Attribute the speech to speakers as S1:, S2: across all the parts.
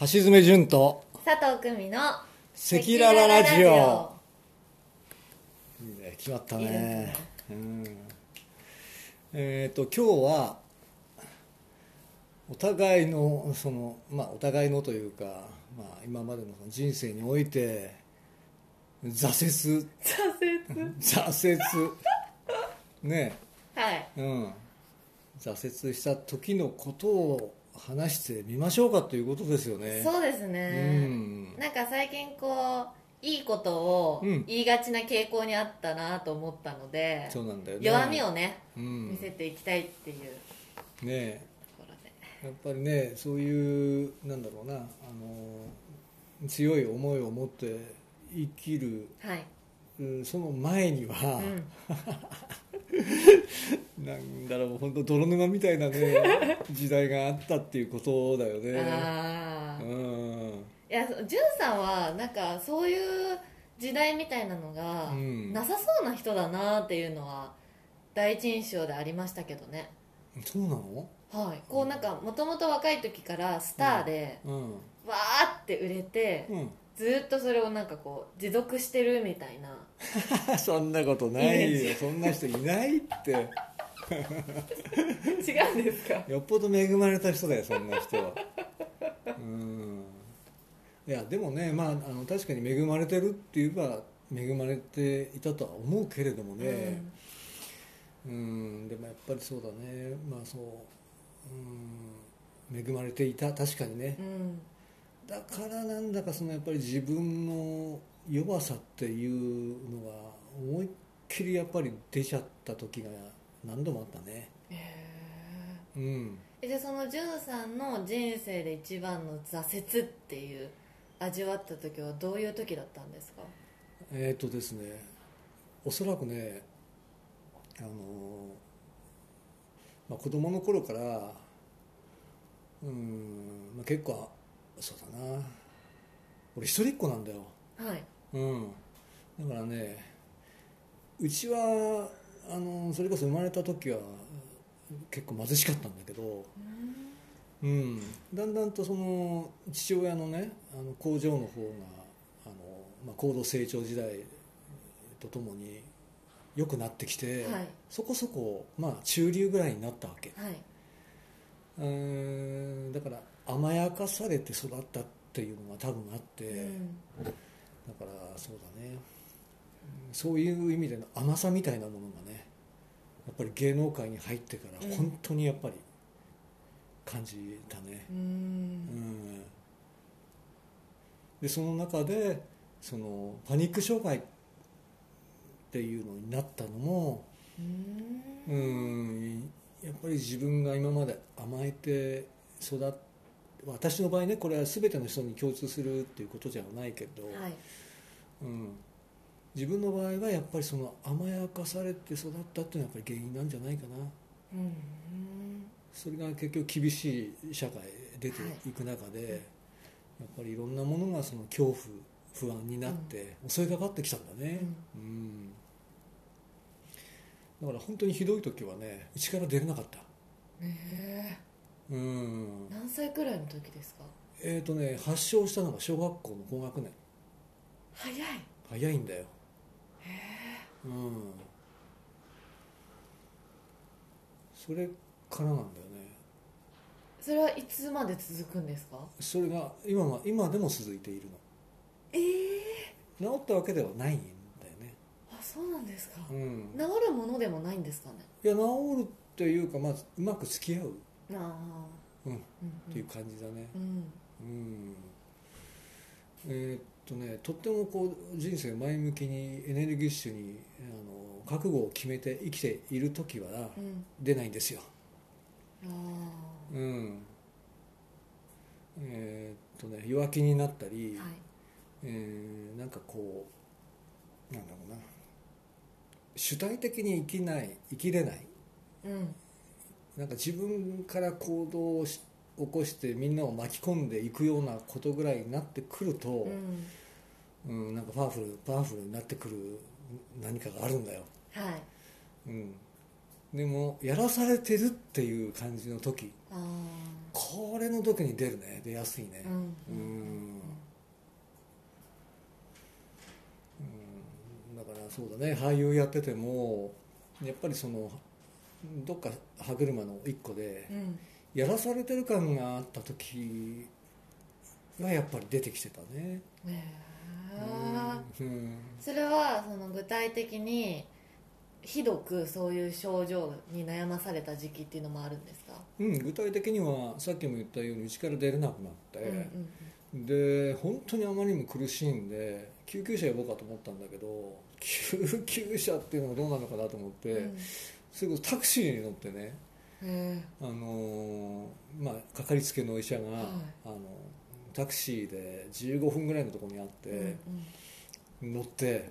S1: 橋爪淳と
S2: 佐藤久美の
S1: 赤裸々ラジオいいね決まったねうんえっ、と今日はお互いのそのまあお互いのというか、まあ、今までの人生において挫折
S2: 挫折
S1: 挫折ね
S2: はい
S1: うん挫折した時のことを話してみましょうかということですよね
S2: そうです
S1: う
S2: ね
S1: ん
S2: なんか最近こういいことを
S1: うん
S2: 言いがちな傾向にあったなと思ったので、
S1: そうなんだよね
S2: 弱みをね
S1: うん
S2: 見せていきたいっていう
S1: ねえ
S2: ところで
S1: やっぱりねそういうなんだろうなあの強い思いを持って生きる、
S2: はい、
S1: うんその前には
S2: う、ん、
S1: なんだろう本当泥沼みたいなね 時代があったっていうことだよね
S2: ああ
S1: うん
S2: いやそう潤さんはなんかそういう時代みたいなのが
S1: うん
S2: なさそうな人だなっていうのは第一印象でありましたけどね
S1: そうなの
S2: はい、こうなんかもともと若い時からスターで、
S1: うん
S2: わーって売れて、
S1: うん
S2: ずーっとそれをなんかこう持続してるみたいな
S1: そんなことな
S2: イメ
S1: い
S2: ー
S1: よそんな人いないって
S2: 違うんですか
S1: よっぽど恵まれた人だよそんな人はうんいやでもね、まあ、あの確かに恵まれてるって言えば恵まれていたとは思うけれどもねうんでもやっぱりそうだねまあそううん恵まれていた確かにね
S2: う、ん、
S1: だからなんだかそのやっぱり自分の弱さっていうのが思いっきりやっぱり出ちゃった時が何度もあったね
S2: うん、へ
S1: うん
S2: えじゃあそのじゅんさんの人生で一番の挫折っていう味わった時はどういう時だったんですか
S1: えー、とですねおそらくねあのー、まあ、子供の頃からうーん、まあ、結構そうだな俺一人っ子なんだよ
S2: はい
S1: うんだからねうちはあのーそれこそ生まれた時は結構貧しかったんだけどうん、だんだんとその父親のねあの工場の方があの、まあ、高度成長時代とともに良くなってきて、
S2: はい
S1: そこそこ、まあ、中流ぐらいになったわけ
S2: はいう
S1: ーんだから甘やかされて育ったっていうのが多分あって、
S2: うん
S1: だからそうだねうんそういう意味での甘さみたいなものがねやっぱり芸能界に入ってか
S2: うん
S1: ら本当にやっぱり感じたね、
S2: う
S1: うんんでその中でそのパニック障害っていうのになったのも
S2: うん
S1: うんやっぱり自分が今まで甘えて育っ私の場合ねこれは全ての人に共通するっていうことじゃないけど、
S2: はい
S1: うん、自分の場合はやっぱりその甘やかされて育ったっていうのはやっぱり原因なんじゃないかな
S2: うん
S1: それが結局厳しい社会へ出ていく中で、やっぱりいろんなものがその恐怖不安になって襲いかかってきたんだね、うんだから本当にひどい時はね家から出れなかった
S2: へ
S1: うん
S2: え何歳くらいの時ですか
S1: えっ、とね発症したのが小学校の高学年
S2: 早い
S1: 早いんだよへえうんそれからなんだよね
S2: それはいつまで続くんですか
S1: それが今は今でも続いている
S2: ええ
S1: の治ったわけではないんだよね
S2: あそうなんですか、
S1: うん
S2: 治るものでもないんですかね
S1: いや治るっていうか、まあ、うまく付き合う、
S2: ああ
S1: うん、っ
S2: うん
S1: ていう感じだね
S2: うん
S1: うんえーっとねとってもこう人生前向きにエネルギッシュにあの覚悟を決めて生きている時は
S2: うん
S1: 出ないんですよ
S2: あ
S1: うんえーっとね弱気になったり、
S2: あはい
S1: えーなんかこうなんだろうな主体的に生きない生きれない
S2: うん
S1: なんか自分から行動をし起こしてみんなを巻き込んでいくようなことぐらいになってくると
S2: う、ん
S1: うんなんかパワフルパワフルになってくる何かがあるんだよ、
S2: は
S1: う
S2: い
S1: ん、でもやらされてるっていう感じの時
S2: ああ
S1: これの時に出るね出やすいね
S2: うん
S1: うんうんだからそうだね俳優やっててもやっぱりそのどっか歯車の一個で
S2: うん
S1: やらされてる感があった時はやっぱり出てきてたね
S2: へえ
S1: うん
S2: それはその具体的にひどくそういう症状に悩まされた時期っていうのもあるんですか、
S1: うん、具体的にはさっきも言ったように家から出れなくなって、
S2: うんうん
S1: で本当にあまりにも苦しいんで救急車呼ぼうかと思ったんだけど救急車っていうのがどうなのかなと思って、
S2: うん
S1: それこそタクシーに乗ってね、
S2: へ
S1: あのーまあ、かかりつけの医者が、
S2: はい
S1: あのタクシーで15分ぐらいのところにあっ
S2: え
S1: て、乗って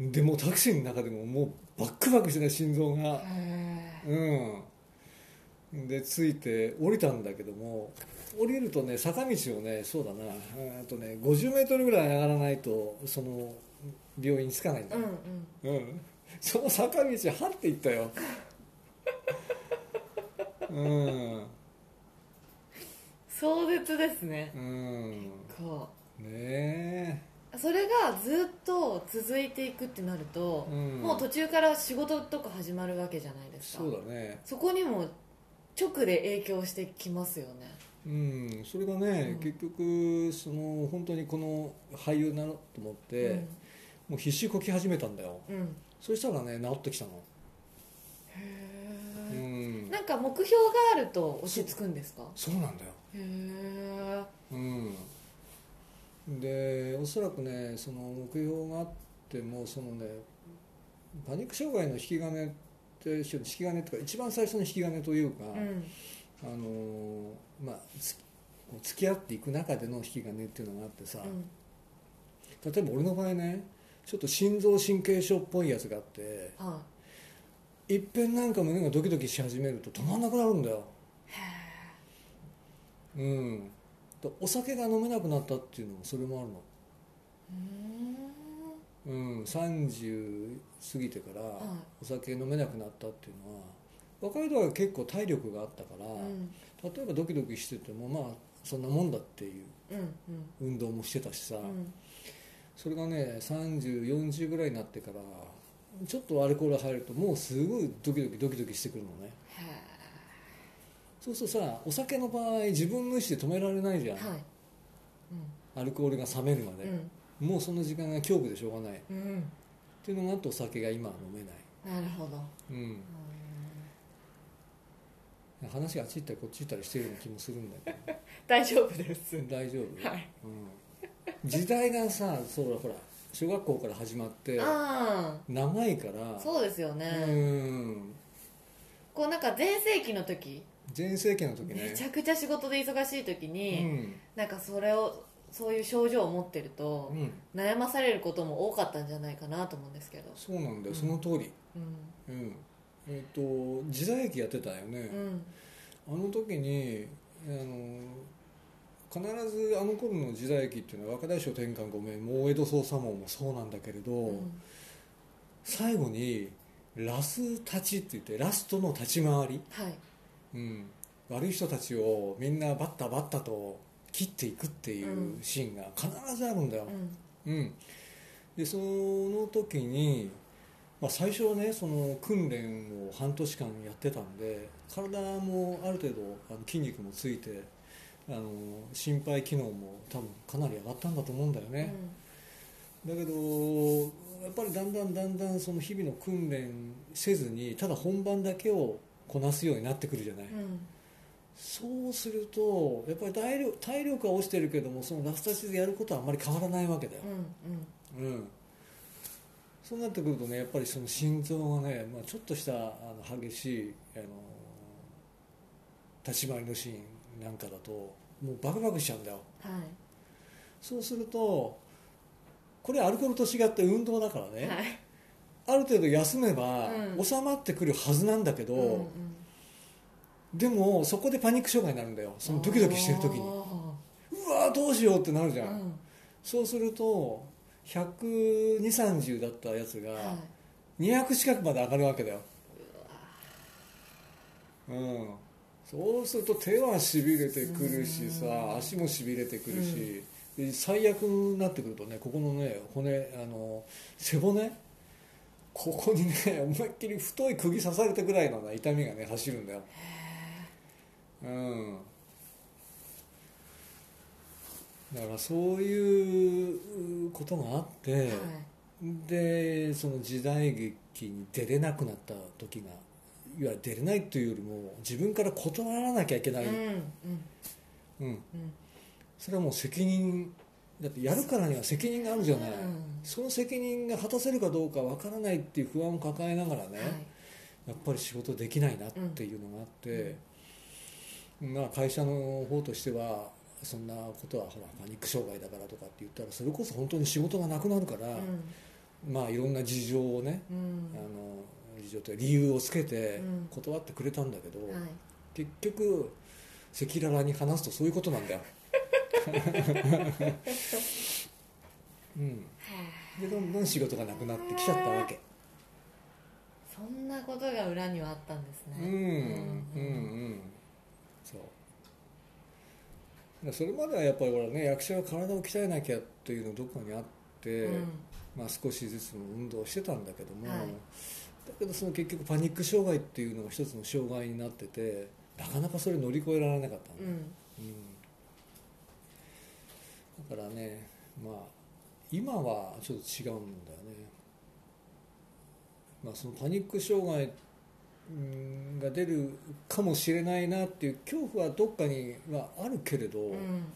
S1: でもうタクシーの中でももうバックバックしてね心臓が
S2: うんうんへえ
S1: うん、で着いて降りたんだけども降りるとね坂道をねそうだなえーっとね50メートルぐらい上がらないとその病院に着かないんだ
S2: うんう
S1: よ、う
S2: ん
S1: んその坂道はっていったようん
S2: 壮絶ですね
S1: うん
S2: こ
S1: ねえ
S2: うそれがずっと続いていくってなると、
S1: うん
S2: もう途中から仕事とか始まるわけじゃないですか
S1: そうだね
S2: そこにも直で影響してきますよね
S1: うんそれがね、
S2: うん
S1: 結局その本当にこの俳優になろうと思って、もう必死こき始めたんだよ
S2: うん、うん、
S1: そしたらね治ってきたの
S2: へ
S1: う
S2: え、
S1: ん
S2: なんか目標があると落ち着くんですか
S1: そうなんだよ
S2: へえ
S1: うんでおそらくねその目標があってもそのねパニック障害の引き金って引き金とか一番最初の引き金というか、
S2: うん
S1: あのーまあつこう付き合っていく中での引き金っていうのがあってさ、
S2: うん
S1: 例えば俺の場合ねちょっと心臓神経症っぽいやつがあって
S2: はい
S1: っぺんなんか胸がドキドキし始めると止まんなくなるんだようんだお酒が飲めなくなったっていうのもそれもあるの
S2: いうん
S1: うん、30過ぎてから
S2: はい
S1: お酒飲めなくなったっていうのは若い時は結構体力があったから、
S2: うん
S1: 例えばドキドキしててもまあそんなもんだっていう
S2: うん
S1: 運動もしてたしさ、
S2: うん
S1: それがね3040ぐらいになってからちょっとアルコール入るともうすごいドキドキドキドキしてくるのね
S2: へ
S1: そうするとさお酒の場合自分の意思で止められないじゃ
S2: え
S1: ん、
S2: はい
S1: アルコールが冷めるま
S2: う
S1: で、
S2: ん
S1: もうその時間が恐怖でしょうがないっ
S2: うんうん
S1: ていうのがあってお酒が今は飲めない
S2: なるほど
S1: うん
S2: うん
S1: 話があっち行ったりこっち行ったりしてるような気もするんだけど
S2: 大丈夫 です
S1: 大丈夫、
S2: はい
S1: うん、時代がさそうだほら小学校から始まって
S2: あ
S1: 長いか
S2: あ
S1: ら
S2: そうですよ
S1: う
S2: ね
S1: ん
S2: こうなんか全盛期の時
S1: 全盛期の時ね
S2: めちゃくちゃ仕事で忙しい時に
S1: うん
S2: なんかそれをそういう症状を持ってる
S1: う
S2: と
S1: ん、
S2: 悩まされることも多かったんじゃないかなと思うんですけど
S1: そうなんだ
S2: うん
S1: よその通り、
S2: うん
S1: うんえっ、と時代劇やってたよ
S2: う
S1: ね、
S2: ん
S1: あの時にあの必ずあの頃の時代劇っていうのは若大将転換ごめんもう江戸宗左門もそうなんだけれど、
S2: うん
S1: 最後にラス立ちって言ってラストの立ち回り、
S2: はい
S1: うん、悪い人たちをみんなバッタバッタと切っていくっていうシーンが必ずあるんだよ
S2: う、ん
S1: うんでその時に、まあ、最初はねその訓練を半年間やってたんで体もある程度あの筋肉もついてあの心肺機能も多分かなり上がったんだと思うんだよね、だけどやっぱりだんだんだんだんその日々の訓練せずにただ本番だけをこなすようになってくるじゃない、
S2: うんうん
S1: そうするとやっぱり体力体力は落ちてるけどもそのラスタチでやることはあんまり変わらないわけだよ
S2: う、ん
S1: うん、そうなってくるとねやっぱりその心臓がね、まあ、ちょっとしたあの激しいあの立ち回りのシーンなんかだともうバクバクしちゃうんだよ
S2: うんはい
S1: そうするとこれアルコールと違って運動だからね、
S2: はい
S1: ある程度休めば
S2: うん
S1: 収まってくるはずなんだけど、
S2: うんうん
S1: でもそこでパニック障害になるんだよそのドキドキしてる時に
S2: あ
S1: うわーどうしようってなるじ
S2: ー
S1: ゃん、
S2: うん
S1: そうすると12030だったやつが
S2: はい
S1: 200近くまで上がるわけだよ、
S2: う
S1: うん、そうすると手はしびれてくるし
S2: う
S1: さ
S2: ん
S1: 足もしびれてくるし、で最悪になってくるとねここのね骨あの背骨ここにね思いっきり太い釘刺されたぐらいの、ね、痛みがね走るんだようんだからそういうことがあって、
S2: はい
S1: でその時代劇に出れなくなった時がいわゆる出れないというよりも自分から断らなきゃいけない、
S2: うん
S1: うん
S2: うんうん
S1: それはもう責任だってやるからには責任があるじゃない、
S2: うん
S1: その責任が果たせるかどうかわからないっていう不安を抱えながらね、
S2: はい
S1: やっぱり仕事できないなっていうのがあって、まあ、会社の方としてはそんなことはほらパニック障害だからとかって言ったらそれこそ本当に仕事がなくなるから、まあいろんな事情をね
S2: うんうん
S1: あの事情というか理由をつけて
S2: うん
S1: 断ってくれたんだけど、
S2: はい
S1: 結局赤裸々に話すとそういうことなんだよ、うん、でどんどん仕事がなくなってきちゃったわけ
S2: そんなことが裏にはあったんですね
S1: うんうんうんそうだからそれまではやっぱりほらね役者は体を鍛えなきゃっていうのどこかにあって、
S2: うん
S1: まあ、少しずつの運動をしてたんだけども、
S2: はい
S1: だけどその結局パニック障害っていうのが一つの障害になっててなかなかそれ乗り越えられなかったんだ,、
S2: うん
S1: うんだからねまあ今はちょっと違うんだよね、まあ、そのパニック障害うんが出るかもしれないなっていう恐怖はどっかにはあるけれど、
S2: うん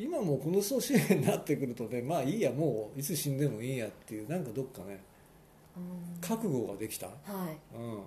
S1: 今もうこの総支援になってくるとねまあいいやもういつ死んでもいいやっていうなんかどっかね
S2: うん
S1: 覚悟ができた、
S2: はい
S1: うん
S2: うんうん